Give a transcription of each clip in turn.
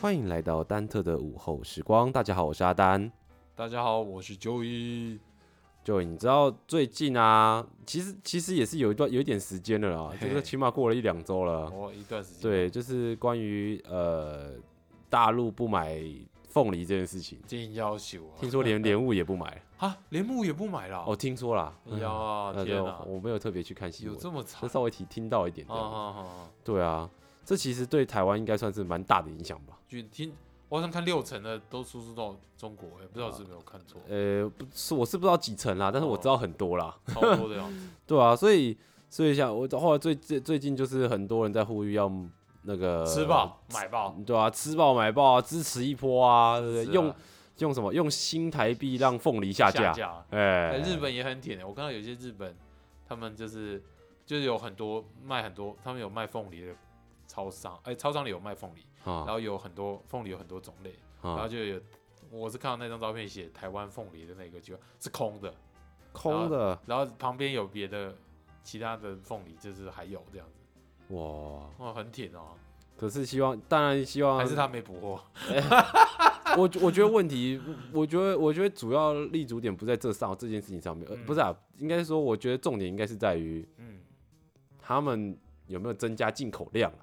欢迎来到丹特的午后时光。大家好，我是阿丹。大家好，我是 Joey。就你知道最近啊，其实其实也是有一段有一点时间了啦，嘿哦就是起码过了一两周了。我一段时间，啊对，就是关于呃大陆不买凤梨这件事情，真要求啊！听说连莲雾也不 买。啊，连木也不买了。哦，听说啦。哎呀，那天就哪，我没有特别去看新有闻，这么就惨？稍微提听到一点这啊样。啊啊！对啊，这其实对台湾应该算是蛮大的影响吧。就听，我好像看六成的都输出到中国，哎也不知道是没有看错，呃，不是，我是不知道几层啦，但哦是我知道很多啦。超多的样 子。对啊，所以所以像我后来最最最近就是很多人在呼吁要那个吃吧，买吧，对啊，吃爆买爆啊，支持一波啊，对不对是啊用用什么？用新台币让凤梨下架。下架。哎、哎日本也很舔的，我看到有些日本，他们就是就是有很多卖很多，他们有卖凤梨的超商，哎，超商里有卖凤梨，然啊后有很多凤梨有很多种类。然后啊，就有，我是看到那张照片写台湾凤梨的那个就是空的，空的然后旁边有别的其他的凤梨，就是还有这样子，哇！哇，很甜哦，可是希望，当然希望还是他没补 货，我我觉得问题，我觉得我觉得主要立足点不在这上这件事情上面，呃，嗯不是啊，应该说我觉得重点应该是在于嗯，他们有没有增加进口量、啊、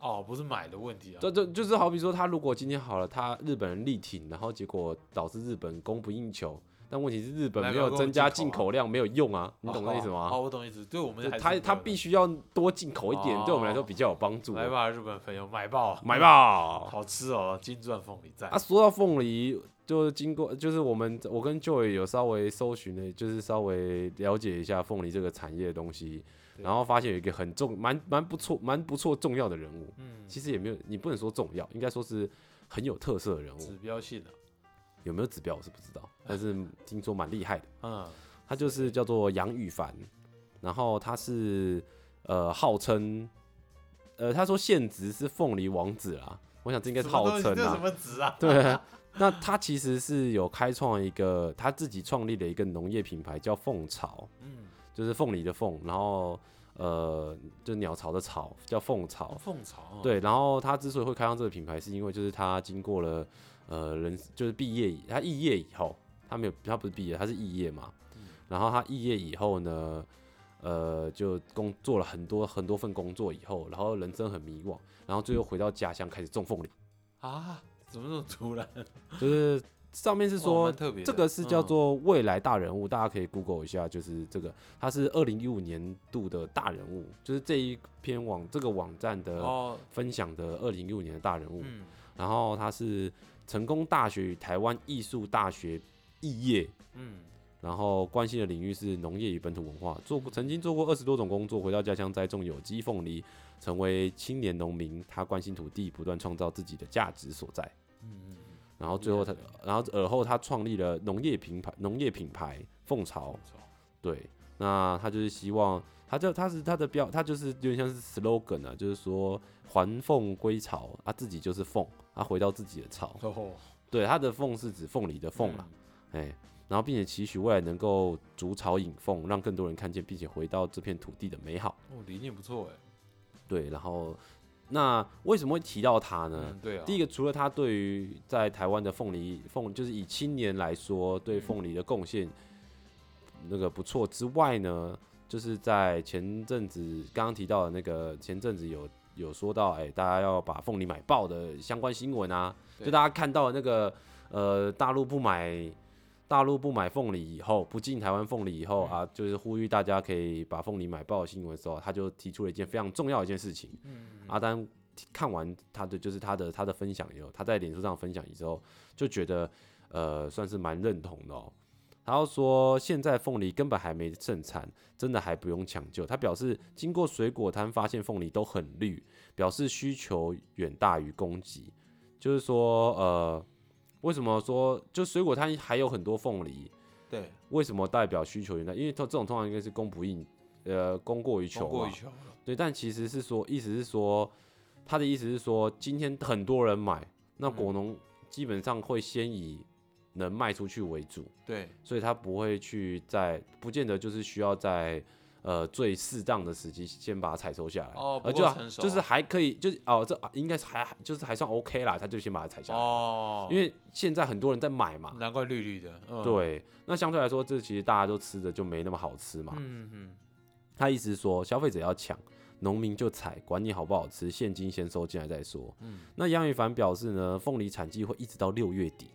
哦，不是买的问题啊，这这就是好比说，他如果今天好了，他日本人力挺，然后结果导致日本供不应求，但问题是日本来没没有有增加进进口啊口量，没有用啊，你懂那意思哦吗？好，我懂意思，对我们就还是他没有他必须要多进口一点，哦对我们来说比较有帮助。来吧，日本朋友买爆，买，吧！好吃哦，金钻凤梨在啊，，说到凤梨，就是经过，就是我们我跟 Joy 有稍微搜寻了，就是稍微了解一下凤梨这个产业的东西，对然后发现有一个很重、蛮蛮不错、蛮不错重要的人物，嗯，其实也没有，你不能说重要，应该说是很有特色的人物指。标性啊的，有没有指标我是不知道，但是听说蛮厉害的。嗯，他就是叫做杨宇凡，然后他是呃号称呃他说现职是凤梨王子啦，我想这 应该是号什么称东西这什啊。么值啊？对啊，那他其实是有开创一个他自己创立的一个农业品牌叫凤巢， 嗯，就是凤梨的凤，然后呃就是鸟巢的巢叫凤巢哦，凤巢哦，对，然后他之所以会开创这个品牌，是因为就是他经过了呃人就是毕业以他肄业以后，他没有他不是毕业，他是肄业嘛。嗯然后他肄业以后呢，呃，就工做了很多很多份工作以后，然后人生很迷惘，然后最后回到家乡开始种凤梨，啊，怎么那么突然？就是上面是哇说蛮。特别的，这个是叫嗯做未来大人物，大家可以 Google 一下，就是这个，他是二零一五年度的大人物，就是这一篇网这个网站的哦，分享的二零一五年的大人物。嗯，然后他是成功大学与台湾艺术大学肄业，嗯，然后关心的领域是农业与本土文化，做过曾经做过二十多种工作，回到家乡栽种有机凤梨，成为青年农民。他关心土地，不断创造自己的价值所在。嗯嗯然后最后他厉害，然后而后他创立了农业品牌，农业品牌凤巢不。错对，那他就是希望，他就他是他的标，他就是有点像是 slogan 啊，就是说还凤归巢，他、自己就是凤，他、回到自己的巢。 哦，对，它的凤是指凤梨的凤啦，哎、然后并且期许未来能够筑巢引凤，让更多人看见，并且回到这片土地的美好。嗯，哦，理念不错哎。对，然后那为什么会提到它呢？嗯，对啊。第一个，个，除了它对于在台湾的凤梨凤，就是以青年来说对凤梨的贡献那个不错之外呢，就是在前阵子刚刚提到的那个前阵子有有说到，哎、大家要把凤梨买爆的相关新闻啊，对就大家看到那个呃大陆不买。大陆不买凤梨以后，不进台湾凤梨以嗯后啊，就是呼吁大家可以把凤梨买爆的新闻的时候，他就提出了一件非常重要的一件事情，啊嗯，阿丹看完他的就是他的他的分享以后，他在脸书上分享以后，就觉得呃算是蛮认同的哦。然后说现在凤梨根本还没盛产，真的还不用抢救。他表示，经过水果摊发现凤梨都很绿，表示需求远大于供给。就是说，呃，为什么说就水果摊还有很多凤梨？对，为什么代表需求远大？因为它这种通常应该是供不应，呃，供过于求通嘛。过一球了，对，但其实是说，意思是说，他的意思是说，今天很多人买，那果嗯农基本上会先以能卖出去为主，对，所以他不会去在，不见得就是需要在呃最适当的时机先把它采收下来。哦呃不就够啊成熟就是还可以，就是哦，这啊应该是还就是还算 OK 啦，他就先把它采下来，哦，因为现在很多人在买嘛。难怪绿绿的，嗯，对，那相对来说，这其实大家都吃的就没那么好吃嘛。嗯嗯，他意思是说，消费者要抢，农民就采，管你好不好吃，现金先收进来再说。嗯那杨宇凡表示呢，凤梨产季会一直到六月底，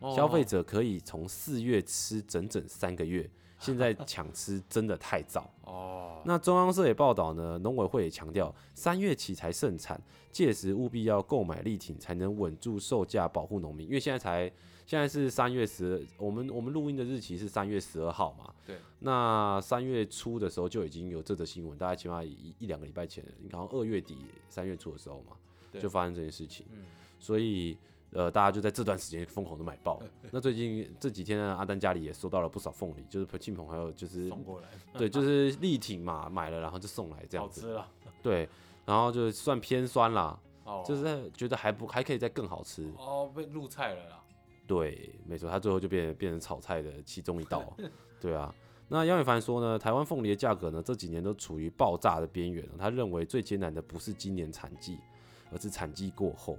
哦消费者可以从四月吃整整三个月。现在抢吃真的太早。哦，那中央社也报道呢，农委会也强调，三月起才盛产，届时务必要购买力挺，才能稳住售价，保护农民。因为现在才现在是三月十，我们我们录音的日期是三月十二号嘛，对，那三月初的时候就已经有这则新闻，大概起码一一两个礼拜前，你好像二月底三月初的时候嘛，对就发生这件事情，嗯所以呃大家就在这段时间疯狂的买 爆。那最近这几天呢，阿丹家里也收到了不少凤梨，就是亲朋好友就是送过来， 对，就是力挺嘛，买了然后就送来这好样吃子，了，对，然后就算偏酸啦，哦，就是觉得还不还可以再更好吃，哦被入菜了啦，对，没错，它最后就变变成炒菜的其中一道。对啊，那杨宇凡说呢，台湾凤梨的价格呢这几年都处于爆炸的边缘了。他认为最艰难的不是今年产季，而是产季过后，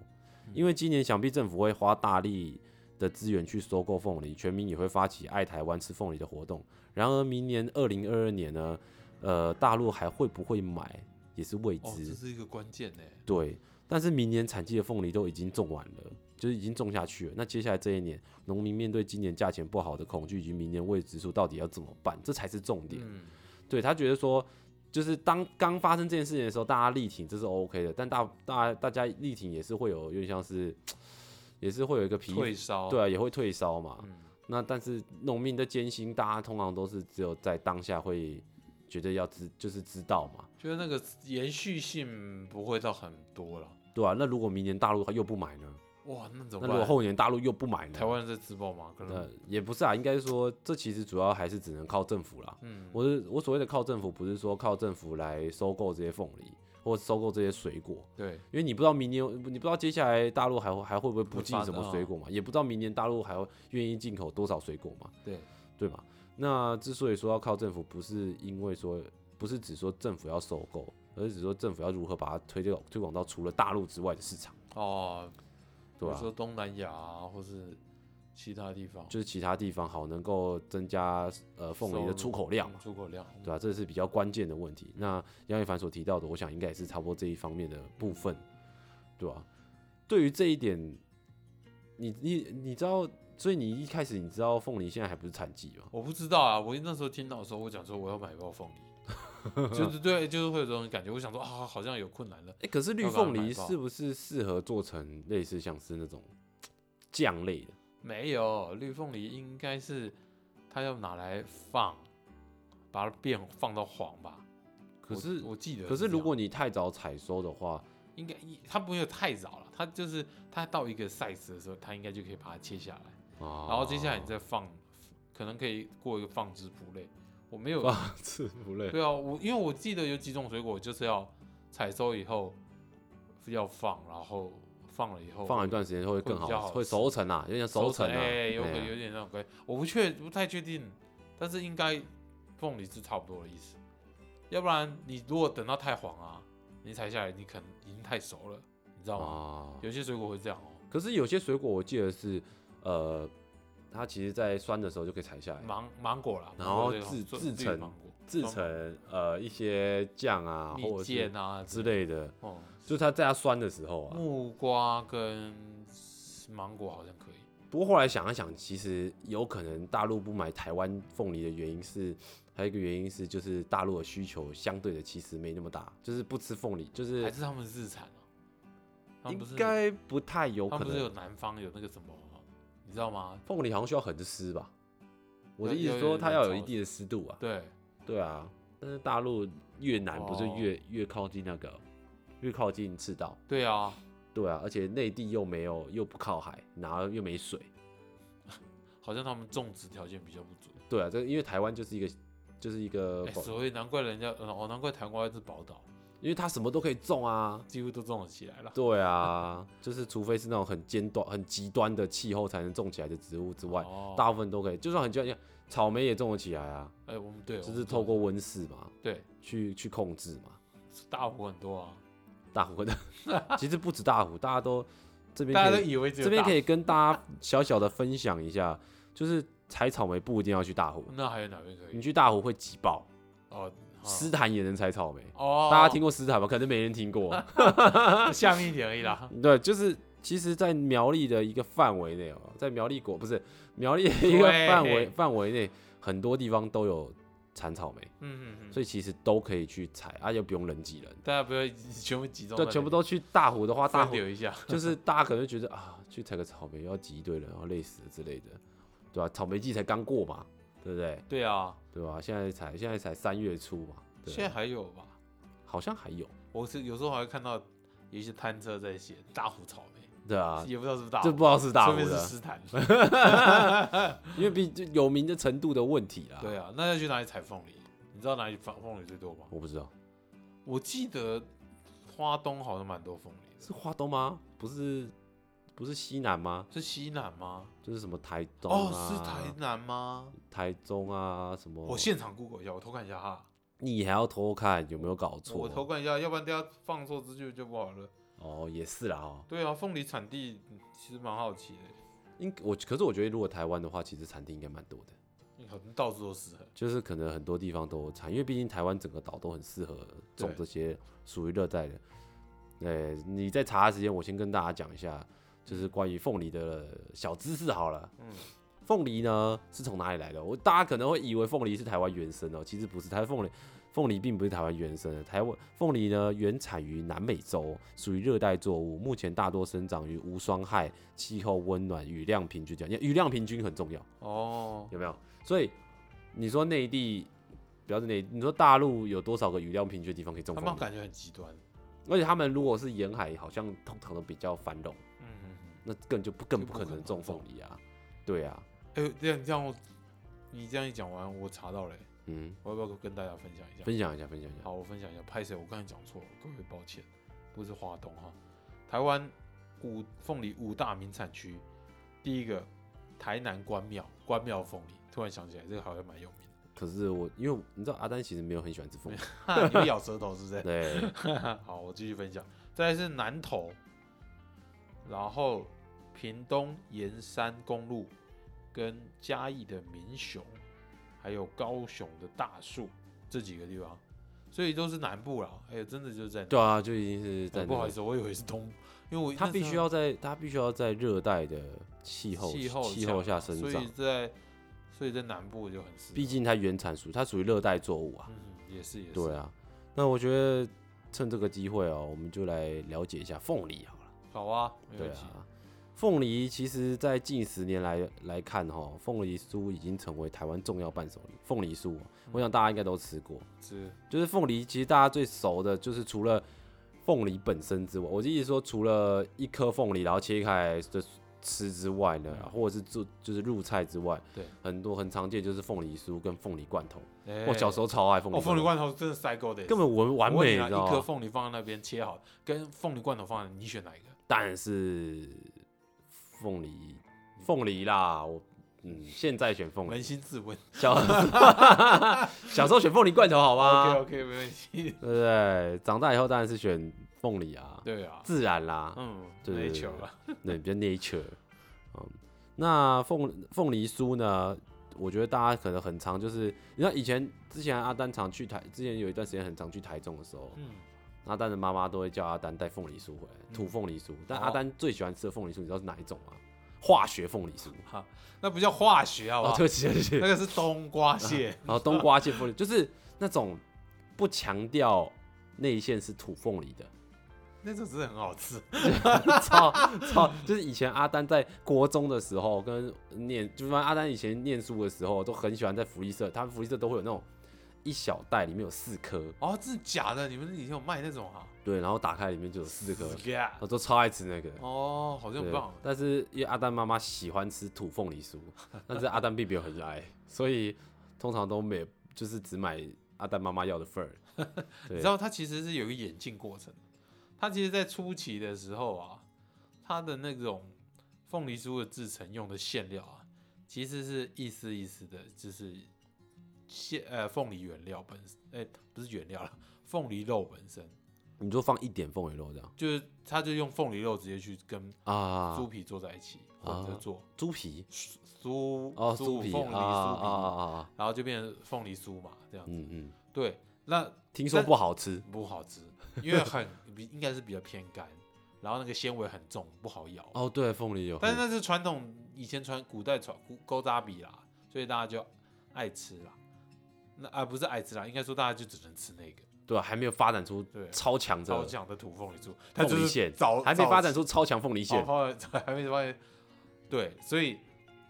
嗯因为今年想必政府会花大力的资源去收购凤梨，全民也会发起爱台湾吃凤梨的活动。然而，明年二零二二年呢，呃，大陆还会不会买也是未哦，知。这是一个关键呢，对，但是明年产季的凤梨都已经种完了，就是已经种下去了。那接下来这一年，农民面对今年价钱不好的恐惧以及明年未知数，到底要怎么办？这才是重点。嗯，对他觉得说，就是当刚发生这件事情的时候，大家力挺这是 OK 的，但大大大家力挺也是会有有点像是，也是会有一个疲退烧，对啊，也会退烧嘛。嗯那但是农民的艰辛，大家通常都是只有在当下会觉得要知，就是知道嘛，就是那个延续性不会到很多了，对啊，那如果明年大陆他又不买呢？哇，那怎那么如果办？后年大陆又不买呢？台湾人在自爆吗？可能呃，也不是啊，应该是说这其实主要还是只能靠政府啦。嗯我是我所谓的靠政府，不是说靠政府来收购这些凤梨或收购这些水果，对，因为你不知道明年，你不知道接下来大陆还会还会不会不会进发什么展啊水果嘛，也不知道明年大陆还会愿意进口多少水果嘛，对，对吧？那之所以说要靠政府，不是因为说不是只说政府要收购，而是只说政府要如何把它推广推广到除了大陆之外的市场，哦，比对啊如吧、说东南亚啊，或是其他地方就是其他地方好能够增加呃凤梨的出口量嘛嗯，出口量，对吧、这是比较关键的问题。那杨一凡所提到的，我想应该也是差不多这一方面的部分，对吧、对于这一点，你你你知道，所以你一开始你知道凤梨现在还不是产季吗？我不知道啊，我那时候听到的时候，我讲说我要买一包凤梨， 就是对，就是会有这种感觉。我想说啊，好像有困难了。哎、可是绿要不然凤梨买爆是不是适合做成类似像是那种酱类的？没有，绿凤梨应该是它要拿来放，把它变放到黄吧。可我是我记得这样，啊可是如果你太早采收的话，应该它没有太早了，它就是它到一个 size 的时候，它应该就可以把它切下来，啊然后接下来你再放，可能可以过一个放置谱类。我 没有放吃不累，对啊，我因为我记得有几种水果就是要采收以后要放，然后放了以后放了一段时间会更好哦会比较好，吃会熟成啊，有点像熟熟成啊，哎、有可哎呀能有点那种关系，我不确不太确定，但是应该凤梨是差不多的意思，要不然你如果等到太黄啊，你采下来你可能已经太熟了，你知道吗？啊有些水果会这样哦，可是有些水果我记得是，呃，它其实在酸的时候就可以采下来，芒芒果啦，哎然后芒果这种制最制最成芒果制成呃一些酱啊蜜或者是饯啊嗯之，类的，哦、就是它在它酸的时候啊。木瓜跟芒果好像可以。不过后来想一想，其实有可能大陆不买台湾凤梨的原因是，还有一个原因是就是大陆的需求相对的其实没那么大，就是不吃凤梨，就是还是他们日产啊？他们不应是该不太有他可们不是有能。南方有那个什么，你知道吗？凤梨好像需要很湿吧？我的有意思有说有它有要有有一潮定的湿度啊。对，对啊，但是大陆越南不是哦越、越靠近那个，越靠近赤道。对啊，对啊，而且内地又没有又不靠海，然后又没水。好像他们种植条件比较不足。对啊，这因为台湾就是一个就是一个哎、宝，所以难怪人家，哦，难怪台湾是宝岛，因为它什么都可以种啊。几乎都种得起来了。对啊，就是除非是那种很尖端、很极端的气候才能种起来的植物之外，哦，大部分都可以。就算很极端，草莓也种得起来啊，哎、我们对，我就们是做透过温室嘛，对去去控制嘛。大湖很多啊，大湖 的，其实不止大湖，大家都这边大家可都以以为只有这边大可以跟大家小小的分享一下，就是采草莓不一定要去大湖湖，，那还有哪边可以你？去大湖会挤爆，哦，哦斯坦也能采草莓，哦，大家听过斯坦吗？可能没人听过。 过像一点而已啦。 对，就是其实，在苗栗的一个范围内哦，在苗栗国不是苗栗的对一个范围范围内，很多地方都有产草莓，嗯嗯嗯，所以其实都可以去采，啊，又不用人挤人。大家不要全部集中在对，那里，全部都去大湖的话，大分湖流一 下。就是大家可能会觉得啊，去采个草莓要挤一堆人，然后累死了之类的，对吧、草莓季才刚过嘛，对不对？对啊，对吧、现在才现在才三月初嘛，对，现在还有吧？好像还有，我是有时候还会看到有一些摊车在写大湖草莓，对啊，也不知道是不是大湖，这不知道是大说湖不定是的，斯坦。因为毕竟有名的程度的问题啦。对啊，那要去哪里采凤梨？你知道哪里采凤梨最多吗？我不知道我记得花东好像蛮多凤梨的，是花东吗？不是，不是西南吗？是西南吗？就是什么台东、啊、哦，是台南吗？台中啊，什么？我现场 Google 一下，我偷看一下哈，你还要偷看有没有搞错？我偷看一下，要不然等下放错资讯就不好了。哦，也是啦哦。对啊，凤梨产地嗯其实蛮好奇的，应我可是我觉得，如果台湾的话，其实产地应该蛮多的。可能到处都是。就是可能很多地方都产，因为毕竟台湾整个岛都很适合种对这些属于热带的。呃，你在查的时间，我先跟大家讲一下，就是关于凤梨的小知识好了。嗯凤梨呢是从哪里来的？我大家可能会以为凤梨是台湾原生哦，其实不是，台湾凤梨凤梨并不是台湾原生的。台湾凤梨呢原产于南美洲，属于热带作物，目前大多生长于无霜害、气候温暖、雨量平均这样。雨量平均很重要。哦，有没有？所以你说内地，不要是内地，你说大陆有多少个雨量平均的地方可以种他凤们梨？感觉很极端。而且他们如果是沿海，好像通常都比较繁荣，嗯，那更就不更就不可不可能能种种凤梨啊。对啊，哎、这样这样我，你这样一讲完，我查到了、欸嗯，我要不要跟大家分享一下？分享一下，分享一下。好，我分享一下。拍谁？我刚才讲错了，各位抱歉，不是华东哈。台湾五凤梨五大名产区，第一个台南关庙，关庙凤梨，突然想起来，这个好像蛮有名的。可是我因为你知道阿丹其实没有很喜欢吃凤梨，哈，你会咬舌头是不是？对， 好，我继续分享。再来是南投，然后屏东沿山公路跟嘉义的民雄，还有高雄的大树这几个地方，所以都是南部啦。哎、呀，真的就是在南对啊，就已经是部、在、那哦不好意个思，我以为是东，因为我他那必时须候要在他必须要在热带的气候气候气候下生所以长，在所以在南部就很适合。毕竟它原产属它属于热带作物啊。嗯，也是也是。对啊，那我觉得趁这个机会哦，我们就来了解一下凤梨好了。好啊，没对问题。啊，凤梨其实在近十年来来看哈、哦，凤梨酥已经成为台湾重要伴手礼。凤梨酥哦、我嗯想大家应该都吃过，是就是凤梨，其实大家最熟的就是除了凤梨本身之外，我的意思说，除了一颗凤梨然后切开来的吃之外呢，嗯或者是做就是入菜之外，对，很多很常见就是凤梨酥跟凤梨罐头。哎我小时候超爱凤梨，哦，凤梨，罐头真的 塞够的，根本完完我问美，你啊你知道一吗颗？凤梨放在那边切好，跟凤梨罐头放在那，你选哪一个？但是凤梨，凤梨啦，我嗯，现在选凤扪梨，心自问。 小小时候选凤梨罐头好吗？ OK OK，没 问题。对不对？长大以后当然是选凤梨啊，对啊，自然啦，嗯，对对哦没对球了。对，比较 nature。嗯，那凤凤梨酥呢？我觉得大家可能很常就是，你知道以前之前阿丹常去台，之前有一段时间很常去台中的时候，嗯，阿丹的妈妈都会叫阿丹带凤梨酥回来，土凤梨酥。但阿哦丹最喜欢吃的凤梨酥，你知道是哪一种吗？化学凤梨酥。好，那不叫化学好不哦，好？对不起，对不啊起。那个是冬瓜蟹。然后冬瓜蟹凤梨，就是那种不强调内馅是土凤梨的， 那种真的很好吃，超超就是以前阿丹在国中的时候跟念，就是阿丹以前念书的时候都很喜欢在福利社，他们福利社都会有那种一小袋里面有四颗，哦，真的假的？你们以前有卖那种啊？对，然后打开里面就有四颗， Yeah 我都超爱吃那个。哦，好像对棒。但是因为阿丹妈妈喜欢吃土凤梨酥，但是阿丹并没有很爱，所以通常都没就是只买阿丹妈妈要的份儿。对你知道它其实是有一个演进过程，它其实在初期的时候啊，它的那种凤梨酥的制成用的馅料啊，其实是意思意思的，就是现呃凤梨原料本身，哎、不是原料了，凤梨肉本身，你就放一点凤尾肉这样就是它就用凤梨肉直接去跟啊，猪皮做在一起、混着做，猪皮酥啊哦，酥皮凤梨酥皮，啊啊啊啊啊，然后就变成凤梨酥嘛，这样子。嗯嗯，对，那听说但不好吃不好吃，因为很比应该是比较偏干，然后那个纤维很重，不好咬。哦，对，凤梨有，但是那是传统，以前传古代传古勾扎比啦，所以大家就爱吃啦。那啊不是爱吃啦，应该说大家就只能吃那个对啊，还没有发展出对超强超的强的土凤梨酥，它就凤梨是馅，早还没发展出超强凤梨早馅哦，后来 还没发现，对，所以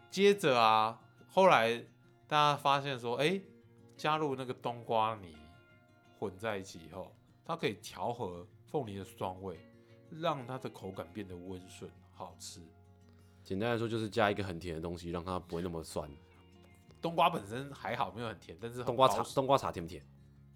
接着啊，后来大家发现说，哎、加入那个冬瓜泥混在一起以后，它可以调和凤梨的酸味，让它的口感变得温顺好吃。简单来说，就是加一个很甜的东西，让它不会那么酸。冬瓜本身还好，没有很甜，但是很冬瓜茶，保冬瓜茶甜不甜？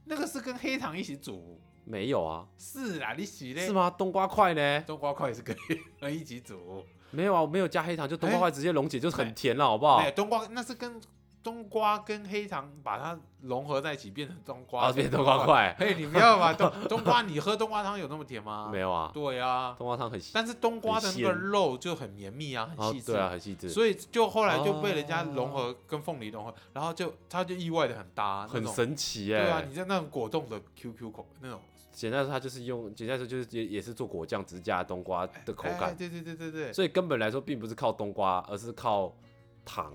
那个是跟黑糖一起煮，没有啊，是啦，你洗嘞？是？吗？冬瓜块呢？冬瓜块也是跟黑糖一起煮，没有啊，我没有加黑糖，就冬瓜块直接溶解，就是哎很甜了，好不好哎、？冬瓜那是跟冬瓜跟黑糖把它融合在一起变成冬瓜，啊，变冬瓜。块？嘿，你不要把冬冬瓜，你喝冬瓜汤有那么甜吗？没有啊，对啊，冬瓜汤很细但是冬瓜的那个很鲜肉就很绵密啊，很哦细，致对啊，很细致，所以就后来就被人家哦融合跟凤梨融合，然后就它就意外的很搭，那很种神奇对啊，耶你。在那种果冻的 QQ 口那种简单来说，它就是用，简单来说就是也也是做果酱，只是加冬瓜的口哎感，对对对对对，所以根本来说并不是靠冬瓜，而是靠糖。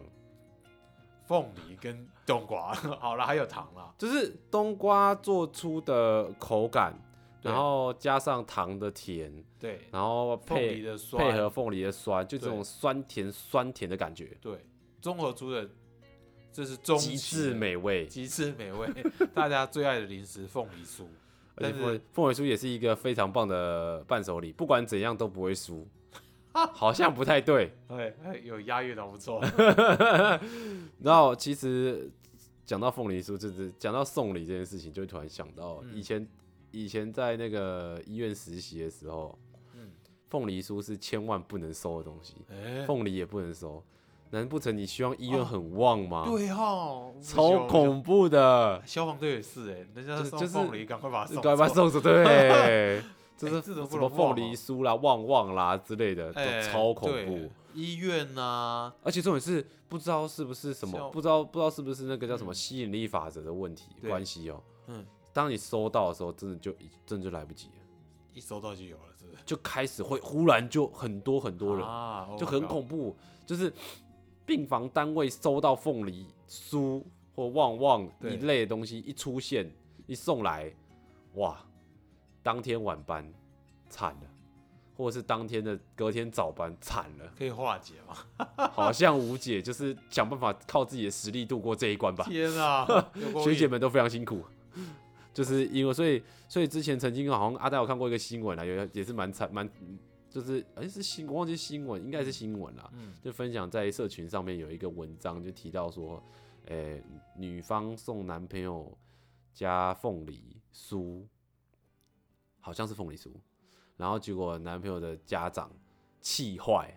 凤梨跟冬瓜， 好了，还有糖啦，就是冬瓜做出的口感，对然后加上糖的甜，对，然后凤梨配的酸配合凤梨的酸，就这对种酸甜酸甜的感觉，对，综合出的这是终极极致的美味。极致美味， 大家最爱的零食凤梨酥，而且但凤是凤尾酥也是一个非常棒的伴手礼，不管怎样都不会 输。好像不太对。对，哎有押韵的不错，然后其实讲到凤梨酥，就是讲到送礼这件事情，就会突然想到嗯以前、以前在那个医院实习的时候，嗯，凤梨酥是千万不能收的东西。哎，凤梨也不能收，难不成你希望医院很旺吗？ 哦对哦，超恐，恐怖的，消防队也是哎，人家就是送就是凤梨，赶快把它送，赶快，送 走，对，就哎是这种不什能么忘凤哦梨酥啦、旺旺啦之类的，都哎，超恐对怖。。医院啊呐，而且重点是不知道是不是什像么，不知道不知道是不是那个叫什么哦嗯吸引力法则的问题对关系哦。嗯，当你收到的时候，真的就真的就来不及了，一收到就有了，是不是？就开始会忽然就很多很多人，啊，就很恐。恐怖，就是病房单位收到凤梨酥或旺旺对一类的东西一出现，一送来，哇，当天晚班惨了，或者是当天的隔天早班惨了，可以化解 吗？好像无解，就是想办法靠自己的实力度过这一关吧。天啊，有 够学姐硬们都非常辛苦，就是因为所以所以之前曾经好像阿呆有看过一个新闻啊，有也是蛮惨蛮就是哎、是新我忘记新闻应该是新闻啊啦，嗯就分享在社群上面有一个文章就提到说，呃、女方送男朋友加凤梨酥，好像是凤梨酥，然后结果男朋友的家长气坏，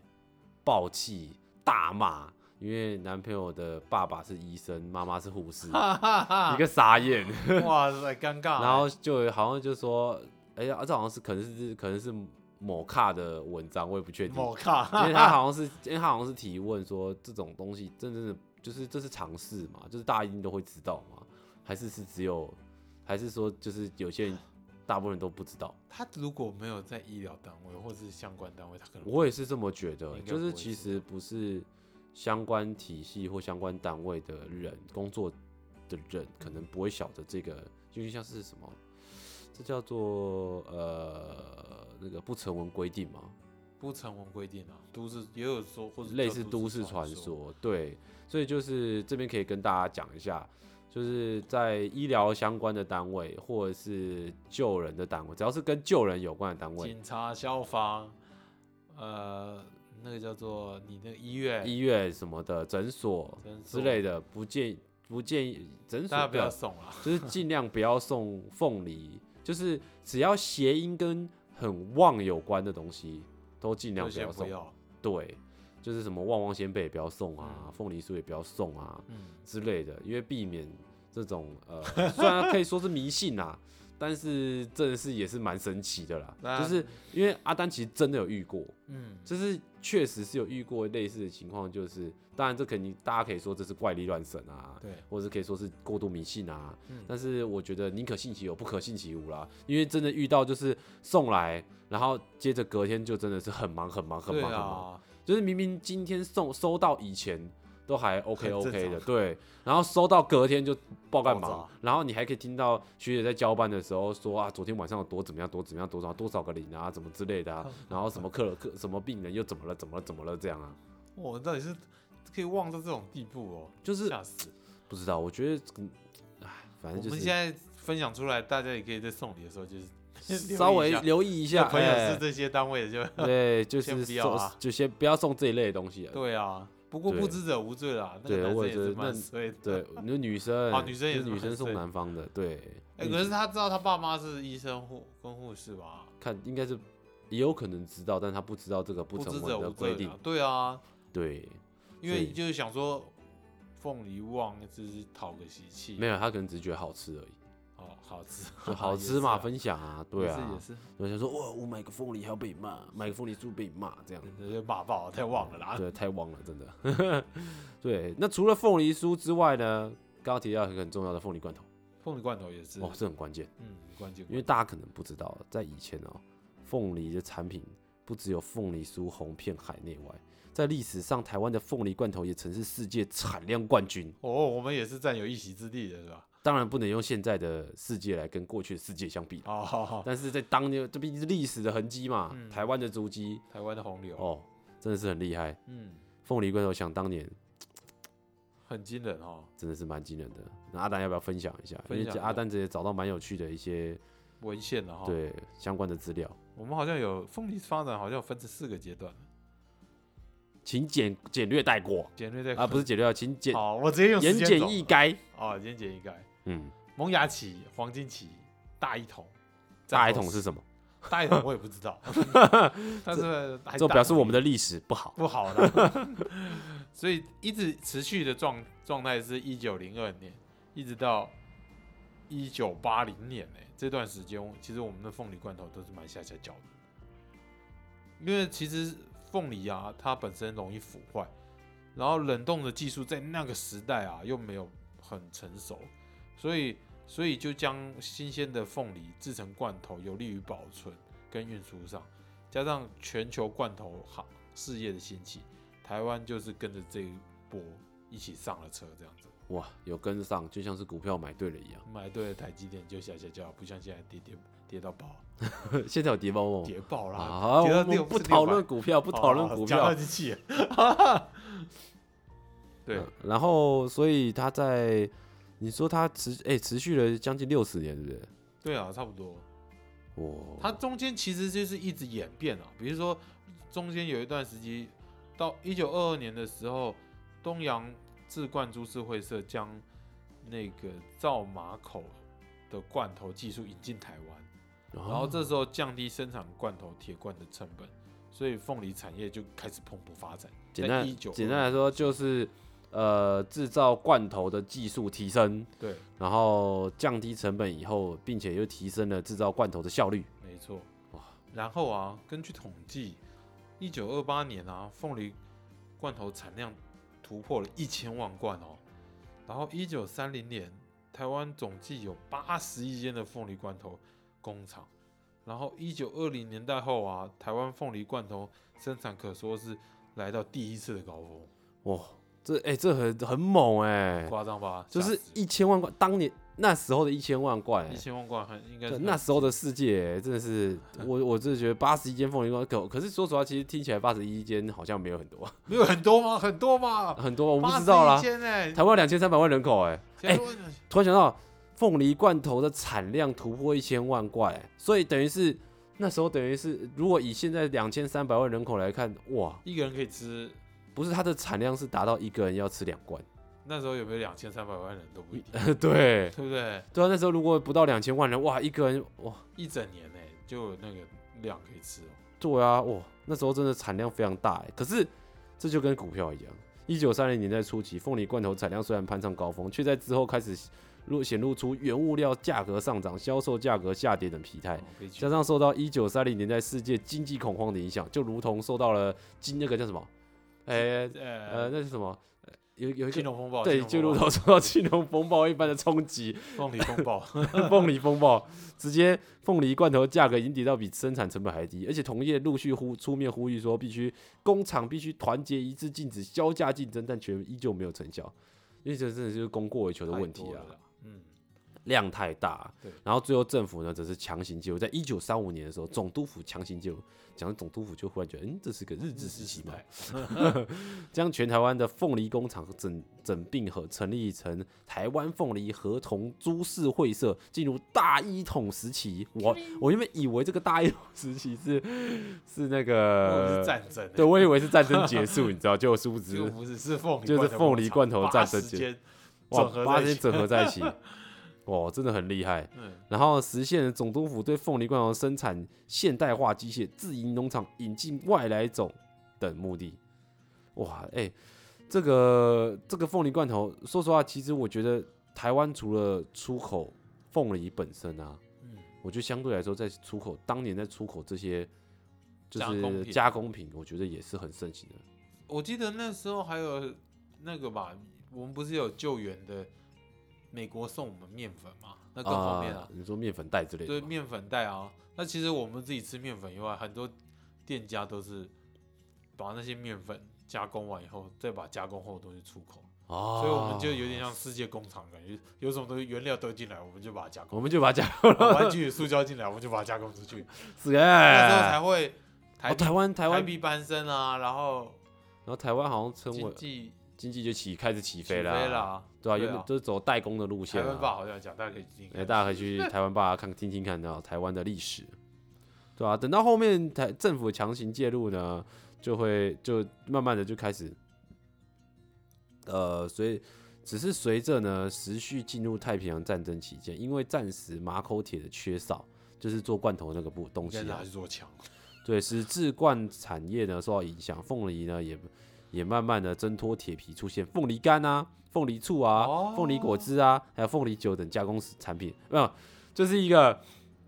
暴气大骂。因为男朋友的爸爸是医生，妈妈是护士，哈哈哈一个傻眼，哇塞，尴尬。 然后就好像就说，哎、呀，这好像是可能是可能是某卡的文章，我也不确定，某卡， 因为 他好像是因为他好像是提问说这种东西真正的就是这是常识嘛，就是大家一定都会知道嘛，还是是只有还是说就是有些 人大部分人都不知道，他如果没有在医疗单位或是相关单位，他可能我也是这么觉得，应该就不会是其实不是相关体系或相关单位的人工作的人，可能不会晓得这个，就像是什么，这叫做呃那个不成文规定嘛，不成文规定啊，都市也有说或者类叫似都都市传，说，对，所以就是这边可以跟大家讲一下。就是在医疗相关的单位，或者是救人的单位，只要是跟救人有关的单位，警察、消防，呃，那个叫做你那个医院医院什么的、诊所诊所之类的，不建不建议诊大家所不要送啊了。就是尽量不要送凤梨，就是只要谐音跟很旺有关的东西，都尽量就不先要不送。要，对，就是什么旺旺仙贝也不要送啊，凤梨酥也不要送啊嗯，之类的，因为避免这种呃，虽然可以说是迷信啦，但是真的是也是蛮神奇的啦。那就是因为阿丹其实真的有遇过，嗯，就是确实是有遇过类似的情况，就是当然这肯定大家可以说这是怪力乱神啊，对，或者是可以说是过度迷信啊。嗯但是我觉得宁可信其有，不可信其无啦。因为真的遇到就是送来，然后接着隔天就真的是很忙很忙很对忙很忙，啊，就是明明今天送收到以前。都 还 OK 很正 OK 的，常对，然后收到隔天就爆干爆忙炸，然后你还可以听到学姐在交班的时候说啊，昨天晚上有多怎么样，多怎么样，多少多少个零啊，怎么之类的啊，然后什么客客什么病人又怎么了，怎么了，怎么了这样啊，我到底是可以旺到这种地步哦，就是吓死！不知道，我觉得，嗯唉，反正我就们是现在分享出来，大家也可以在送礼的时候就是留意稍微一下留意一有下， 朋友哎是这些单位的就 对，就是先不要送啊就先不要送这一类的东西了。对啊。不过对不知者无罪啦，那对个男我也生也觉得是蛮那衰的。对，你说女生，哦女生也就是是女生蛮送碎男方的，对。哎、女可是生他知道他爸妈是医生护跟护士吧？看应该是也有可能知道，但他不知道这个不不成知文者的无规罪定啦。。对啊，对，因所为以就是想说凤梨旺只是讨个喜气，没有，他可能只是觉得好吃而已， 哦，好吃，就好吃嘛，分享啊，对也啊。是有人说哇，我买个凤梨还要被骂，买个凤梨酥被骂这样。也是，就骂爆太旺了啦。对，太旺了，真的。 对，那除了凤梨酥之外呢，刚刚提到一个很重要的凤梨罐头，凤梨罐头也是，嗯哦，这很关键，嗯，关键因为大家可能不知道，在以前哦，凤梨的产品不只有凤梨酥红遍海内外，在历史上，台湾的凤梨罐头也曾是世界产量冠军。哦，我们也是占有一席之地的是吧？当然不能用现在的世界来跟过去的世界相比啦，哦，好好但是在当年，这毕竟是历史的痕迹嘛，嗯台湾的足迹台湾的红柳，哦，真的是很厉害。嗯，凤梨罐头想当年很惊人哦。真的是蛮惊人的。那阿丹要不要分享一下？因分为享啊这一阿下丹直接找到蛮有趣的一些文献了哈。，对相关的资料，我们好像有凤梨发展，好像有分成四个阶段。请简简略带过简略在啊，不是简略，请简好，我直接用言时间简轴意赅。哦，言简意赅。嗯，萌芽期、黄金期、大一统、大一战统后是什么？大一统，我也不 知道，但是还这表示我们的的历史不好。不好了，所以一直持续的状状态是一九零二年，一直到一九八零年呢、这段时间其实我们的凤梨罐头都是蛮下下脚的，因为其实凤梨啊，它本身容易腐坏，然后冷冻的技术在那个时代啊又没有很成熟，所以所以就将新鲜的凤梨制成罐头，有利于保存跟运输上，加上全球罐头行事业的兴起，台湾就是跟着这一波一起上了车，这样子哇，有跟上，就像是股票买对了一 样。买对了台积电就下下叫，不像现在跌跌跌到爆，现在有跌包吗？跌爆啦，啊，跌我到六们哦不讨论股票，不讨论股啊讲到票。机器， 对嗯，然后所以他在你说他持哎、持续了将近六十年，是不是？对啊，差不多。哇，它中间其实就是一直演变啊，比如说中间有一段时期，到一九二二年的时候，东洋制罐株式会社将那个造马口的罐头技术引进台湾，然然后这时候降低生产罐头铁罐的成本，所以凤梨产业就开始蓬勃发展。简在单19简单来说就是呃制造罐头的技术提升，对，然后降低成本以后，并且又提升了制造罐头的效率。没错哇。然后啊，根据统计，一九二八年啊，凤梨罐头产量突破了一千万罐哦。然后一九三零年，台湾总计有八十一间的凤梨罐头工厂。然后一九二零年代后啊，台湾凤梨罐头生产可说是来到第一次的高峰，哇，这哎、这很很猛哎、夸张吧？就是一千万罐，当年那时候的一千万罐、一哎千万罐很应该对是那时候的世界、欸真的 是我，我真的觉得八十一间凤梨罐可可是说实话，其实听起来八十一间好像没有很多，没有很多吗？很多吧？很多我不知道啦81。间哎、台湾两千三百万人口、哎，现在问了突然想到凤梨罐头的产量突破一千万罐、哎所以等于是那时候等于是，如果以现在两千三百万人口来看，哇，一个人可以吃不是它的产量是达到一个人要吃两罐， 那时候有没有两千三百万人都不一哎定，对对不对？对啊，那时候如果不到两千万人，哇，一个人哇，一整年呢、就有那个量可以吃哦。对啊，哇，那时候真的产量非常大、哎可是这就跟股票一样，一九三零年代初期，凤梨罐头产量虽然攀上高峰，却在之后开始露显露出原物料价格上涨、销售价格下跌等疲态。可以去加上受到一九三零年代世界经济恐慌的影响，就如同受到嗯了金那个叫什么，哎、呃，呃那是什么？呃有有一金个融风暴，对，就金如融风暴同受到金融风暴一般的冲击，凤梨风暴， 凤梨风暴直接凤梨罐头价格已经跌到比生产成本还低，而且同业陆续呼出面呼吁说，必须工厂必须团结一致禁止销价竞争，但却依旧没有成效，因为这真的就是供过于求的太问题多啊了，啦。嗯，量太大对。然后最后政府呢，则是强行介入，在一九三五年的时候，总督府强行介入，讲到总督府就忽然觉得，嗯，这是个日治时期嘛，代将全台湾的凤梨工厂整整并和成立成台湾凤梨合同株式会社，进入大一统时 期。我哎我原本以为这个大一统时期是是那那不是个，战争欸，呃对我以为是战争结 束，你知道，结果殊不就知不是是凤梨罐头就工厂，是凤梨罐头战争结八十间哇整合，八在一天起，整合在一起，哇，真的很厉害。嗯，然后实现了总督府对凤梨罐头生产现代化机械、自营农场、引进外来种等目的。哇，哎、这个这个凤梨罐头，说实话，其实我觉得台湾除了出口凤梨本身啊，嗯我觉得相对来说，在出口当年在出口这些就加工是品加工品，我觉得也是很盛行的。我记得那时候还有那个吧，我们不是有救援的美国送我们面粉嘛？那更后面啊，你说面粉袋之类对的吗，面粉袋啊。那其实我们自己吃面粉以外，很多店家都是把那些面粉加工完以后，再把加工后的东西出口，哦，所以我们就有点像世界工厂感觉，有什么东西原料都进来，我们就把它 加工；我们就把它加玩具、塑胶进来，我们就把它加工出去。死那时候哎才。会台哦，台湾，台台湾，币翻身啊，然后然后台湾好像称为经济经济就起开始起起飞飞了啊、啦，对啊，对原啊本都是走代工的路台线、湾爸啊。好像有讲，大家可以听哎、大家可以去台湾爸看听听看到台湾的历史，对啊，等到后面台政府强行介入呢，就会就慢慢的就开始，呃，所以只是随着呢持续进入太平洋战争期间，因为战时马口铁的缺少，就是做罐头那个部东西跟啊拿，去做墙，对，使制罐产业呢受到影响，凤梨呢也也慢慢的挣脱铁皮，出现凤梨干啊、凤梨醋啊、哦凤梨果汁啊，还有凤梨酒等加工产品，没有，就是一个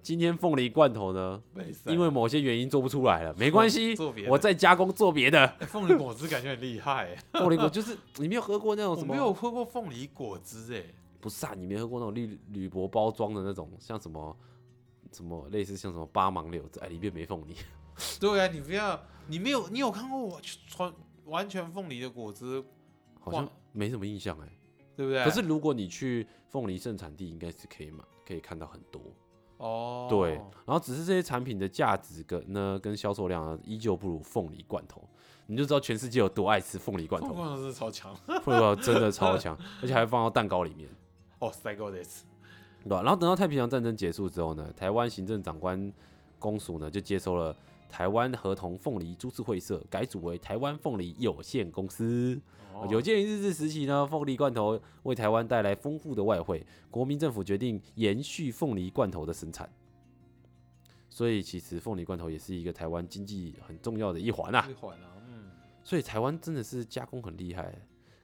今天凤梨罐头呢，被塞因为某些原因做不出来了，没关系， 做别的我再加工做别的哎凤梨果汁感觉很厉害欸，凤梨果，就是你没有喝过那种我 什没么，有喝过凤梨果汁哎，不是啊，你没喝过那种铝铝箔包装的那种，像什么什么类似像什么八芒柳子，哎，里面没凤梨，对啊，你不要，你没有，你有看过我去穿完全凤梨的果汁，好像哇没什么印象哎、对不对？可是如果你去凤梨盛产地，应该是可以买，可以看到很多。哦，对，然后只是这些产品的价值跟呢跟销售量呢，啊依旧不如凤梨罐头，你就知道全世界有多爱吃凤梨罐凤梨头，罐头是超强 凤梨罐头真的超强，而且还放到蛋糕里面，哦 s t y g o this，对吧？然后等到太平洋战争结束之后呢，台湾行政长官公署呢就接收了。台湾合同凤梨株式会社改组为台湾凤梨有限公司，哦有鉴于日治时期呢，凤梨罐头为台湾带来丰富的外汇，国民政府决定延续凤梨罐头的生产，所以其实凤梨罐头也是一个台湾经济很重要的一环啊。一环啊，嗯，所以台湾真的是加工很厉害，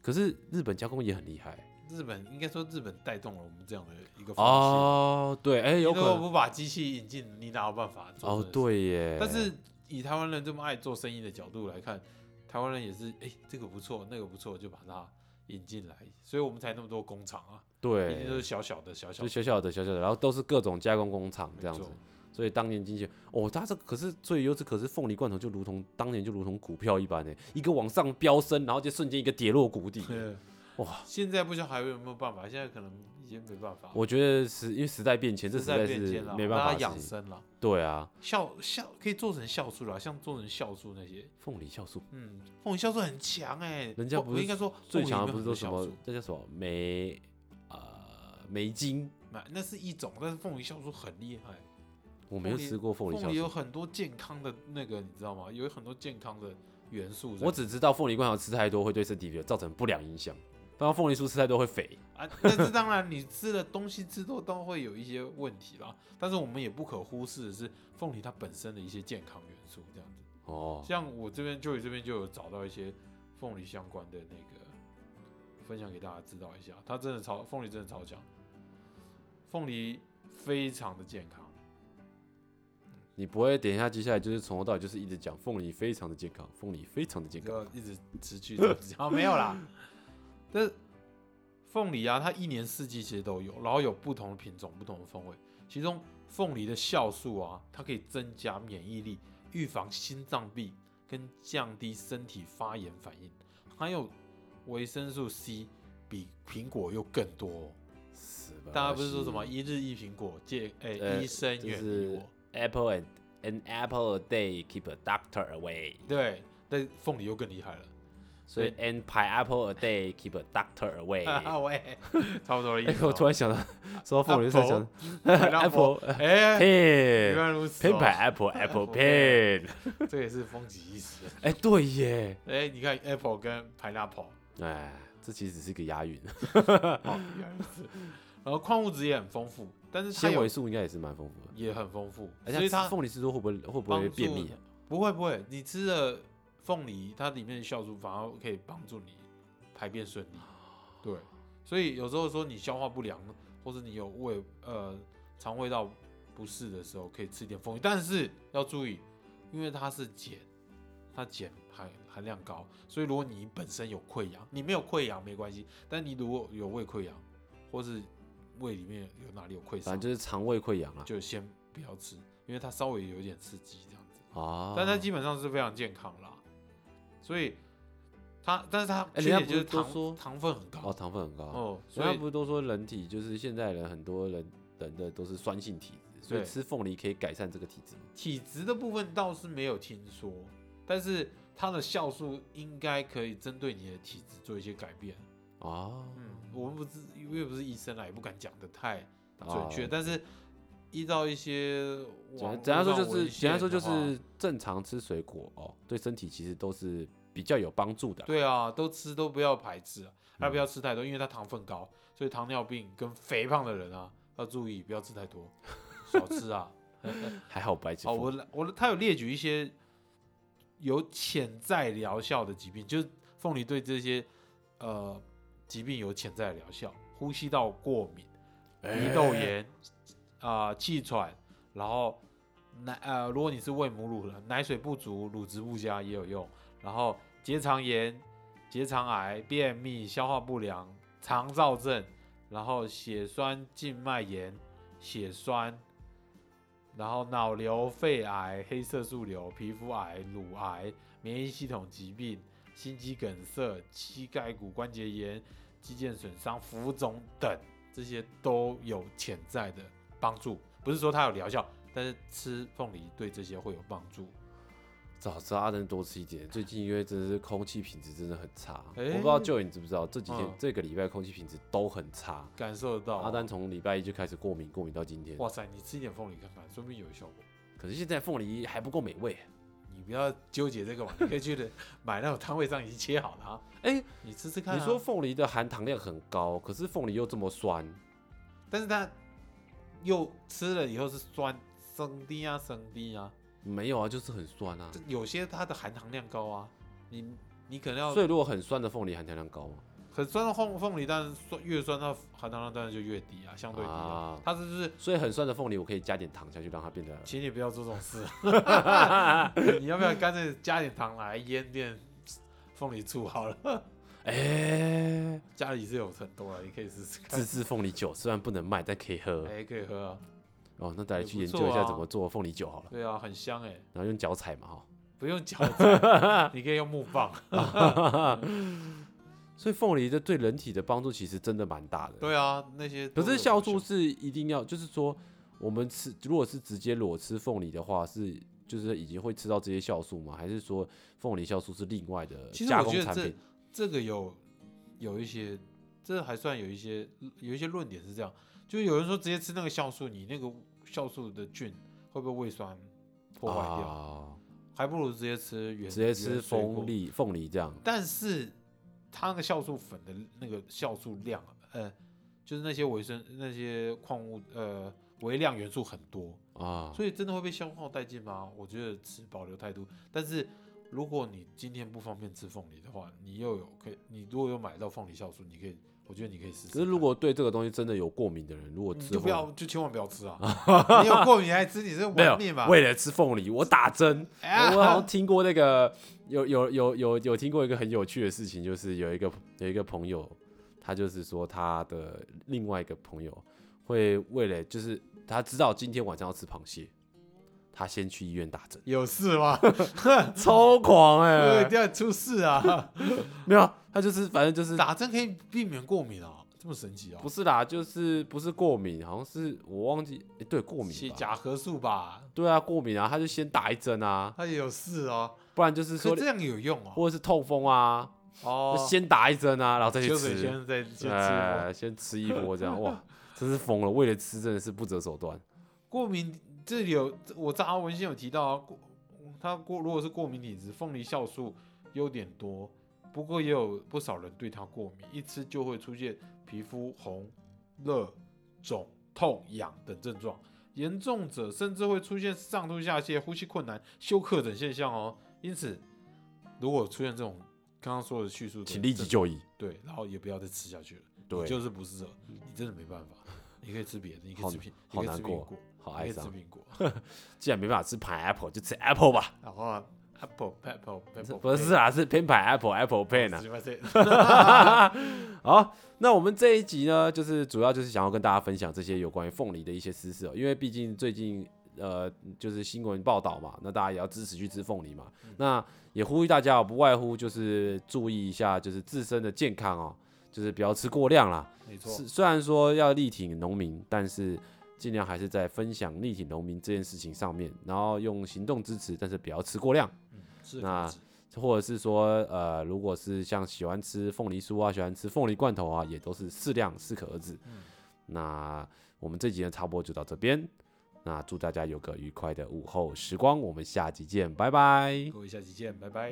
可是日本加工也很厉害日本应该说日本带动了我们这样的一个风气。哦。对，哎、你有如可果能不把机器引进，你哪有办法做哦，这件事对耶。但是以台湾人这么爱做生意的角度来看，台湾人也是哎、诶这个不错，那个不错，就把它引进来，所以我们才那么多工厂啊，一定都对是，小小的小就小的，小小的小小的，然后都是各种加工工厂这样没子错。所以当年经济哦，它这可是最优质，可是凤梨罐头就如同当年就如同股票一般呢，欸一个往上飙升，然后就瞬间一个跌落谷底。对啊哇！现在不知道还有没有办法，现在可能已经没办法，我觉得时因为时代变迁，这时实在代是变迁了，没大办家法的养事情。生了，对啊，酵酵可以做成酵素啦，像做成酵素那些，凤梨酵素嗯，凤梨酵素很强哎、人家我不我是应该说最凤梨里强的面不是说很多什酵么素，这叫什么梅呃梅精，那那是一种，但是凤梨酵素很厉害。我没有凤梨吃过凤梨凤酵梨有素，很多健康的那个，你知道吗？有很多健康的元素在。我只知道凤梨罐头吃太多会对身体有造成不良影响，包括凤梨酥吃太多会肥。啊，但是当然，你吃的东西吃多都会有一些问题啦。但是我们也不可忽视的是凤梨它本身的一些健康元素，这样子。哦，像我这边就这边就有找到一些凤梨相关的那个分享给大家知道一下。它真的超凤梨真的超强，凤梨非常的健康。你不会点一下接下来就是从头到尾就是一直讲凤梨非常的健康，凤梨非常的健康。就一直持续这样子 啊，没有啦。但是凤梨啊，它一年四季其实都有，然后有不同的品种、不同的风味。其中凤梨的酵素啊，它可以增加免疫力，预防心脏病跟降低身体发炎反应。还有维生素 C 比苹果又更多、哦。死大家不是说什么一日一苹果，戒诶、呃医生就远是离我。 Apple and an apple a day keep a doctor away，对，但是凤梨又更厉害了。所以 and pineapple a day keep a doctor away。啊喂，差不多的意哎思哦。我突然 想到， 说凤梨是想 apple Apple，哎，原 pin 来如此、 pin 哦。牌 apple apple Apple pin。 这也是风起一时。哎，对耶，哎、你看 Apple 跟 Pineapple，哎，这其实只是个押韵，哦，原来如此。然后矿物质也很丰富，但是它纤有维素哎应该也是蛮丰富的。也很丰富，而所以且它它凤梨是说会不会会不帮会助便秘啊？不会不会，你吃了凤梨，它里面的酵素反而可以帮助你排便顺利。对，所以有时候说你消化不良，或者你有胃呃肠胃道不适的时候，可以吃一点凤梨，但是要注意，因为它是碱，它碱含含量高，所以如果你本身有溃疡，你没有溃疡没关系，但你如果有胃溃疡，或是胃里面有哪里有溃反正，疡就是肠胃溃疡啊。就先不要吃，因为它稍微有一点刺激这样子。哦，但它基本上是非常健康啦，所以它，但是它哎缺点人家就是不是都糖、说糖分很哦高糖分很高。哦，所所以以不是都说人体就是现在人很多人人的都是酸性体质，所以对吃凤梨可以改善这个体质吗。体质的部分倒是没有听说，但是它的酵素应该可以针对你的体质做一些改变。哦，嗯，我们不是因为不是医生啦，也不敢讲的太哦准确，但是依照一些网简简单说就络上文是简单说就献的话是正常吃水果哦，对身体其实都是比较有帮助的。对啊，都吃都不要排斥啊，嗯还不要吃太多，因为它糖分高，所以糖尿病跟肥胖的人啊要注意，不要吃太多，少吃啊。 还好白吃哦，凤梨。我我他有列举一些有潜在疗效的疾病，就是凤梨对这些呃疾病有潜在疗效，呼吸道过敏、哎鼻窦炎啊、气喘，然后奶呃，如果你是喂母乳了，奶水不足、乳质不佳也有用，然后结肠炎、结肠癌、便秘、消化不良、肠燥症，然后血栓静脉炎、血栓。然后脑瘤、肺癌、黑色素瘤、皮肤癌、乳癌、免疫系统疾病、心肌梗塞、膝盖骨关节炎、肌腱损伤、浮肿等，这些都有潜在的帮助。不是说它有疗效，但是吃凤梨对这些会有帮助。早知道阿登多吃一点。最近因为真的是空气品质真的很差，哎我不知道舅你知不知道，这几天、嗯这个礼拜空气品质都很差。感受得到阿丹，从礼拜一就开始过敏，过敏到今天。哇塞，你吃一点凤梨看看，说不定有效果。可是现在凤梨还不够美味。你不要纠结这个嘛，你可以去的买那种摊位上已经切好的啊， 哎、你吃吃看、啊。你说凤梨的含糖量很高，可是凤梨又这么酸，但是它又吃了以后是酸升低啊升低啊，没有啊，就是很酸啊这。有些它的含糖量高啊，你你可能要所以如果很酸的凤梨含糖量高吗？啊很酸的凤凤梨，当然酸越酸它含糖量当然就越低啊，相对低啊。啊，它是不是？所以很酸的凤梨我可以加点糖下去，让它变得请你不要做这种事， 你要不要干脆加点糖来腌点凤梨醋好了？哎，家里是有很多了，你可以试试看自。制凤梨酒虽然不能卖，但可以喝哎、可以喝啊，哦。那再来去也研不错究一下啊怎么做凤梨酒好了，对啊，很香哎、然后用脚踩嘛哈。不用搅拌，你可以用木 棒。所以凤梨的对人体的帮助其实真的蛮大的。对啊，那些可都是有酵效素是一定要，就是说我们吃如果是直接裸吃凤梨的话，是就是已经会吃到这些酵素吗？还是说凤梨酵素是另外的其实加我工觉得产这品？这个有有一些，这还算有一些有一些论点是这样，就是有人说直接吃那个酵素，你那个酵素的菌会被胃酸破坏掉，啊还不如直接吃原直接吃原水果凤梨凤梨这样。但是它那个酵素粉的那个酵素量，呃，就是那些维生那些矿物呃微量元素很多，啊，所以真的会被消耗殆尽吗？我觉得持保留态度，但是如果你今天不方便吃凤梨的话，你又有可以，你如果有买到凤梨酵素，你可以，我觉得你可以试试可看。是如果对这个东西真的有过敏的人，如果你吃嗯就不凤要，就千万不要 吃啊！你有过敏还吃，你是没有玩命吧？为了吃凤梨，我打针。哎呀，我好像听过那个有有有有有听过一个很有趣的事情，就是有一个有一个朋友，他就是说他的另外一个朋友会为了就是他知道今天晚上要吃螃蟹，他先去医院打针有事 吗？ 超狂哎、一定要出事啊！没有，他就是反正就是打针可以避免过敏啊，这么神奇啊不？是啦，就是不是过敏，好像是我忘记，诶对，过写敏吧。甲壳素吧，对啊，过敏啊，他就先打一针啊，它也有事哦。不然就是可说是这样有用哦。或者是痛风啊，就哦，先打一针啊，然后再去秋水吃。先再去吃哦。哎，先吃一波这 样，哇，真是疯了！为了吃真的是不择手段。过敏这里有，我查文献有提到啊，过它过如果是过敏体质，凤梨酵素优点多，不过也有不少人对它过敏，一吃就会出现皮肤红、热、肿、痛、痒等症状，严重者甚至会出现上吐下泻、呼吸困难、休克等现象哦。因此，如果出现这种刚刚说的叙述的症，请立即就医。对，然后也不要再吃下去了，对你就是不适合，你真的没办法。你可以吃别的，你可以好吃苹，你好可以难吃苹过果，好你可哀以吃伤，苹果，既然没办法吃 pineapple，就吃 apple 吧。然后啊 apple apple apple 不是啊，是偏 pineapple apple p a pen 啊。呢？啊 好，那我们这一集呢，就是主要就是想要跟大家分享这些有关于凤梨的一些私事哦，因为毕竟最近呃就是新闻报道嘛，那大家也要支持去吃凤梨嘛。嗯那也呼吁大家哦，不外乎就是注意一下就是自身的健康哦，就是不要吃过量啦。没错是，虽然说要力挺农民，但是尽量还是在分享力挺农民这件事情上面，然后用行动支持，但是不要吃过量，嗯是那可以吃或者是说，呃，如果是像喜欢吃凤梨酥啊，喜欢吃凤梨罐头啊，也都是适量适可而止。那我们这集呢，差不多就到这边。那祝大家有个愉快的午后时光，我们下集见，拜拜。各位下期见，拜拜。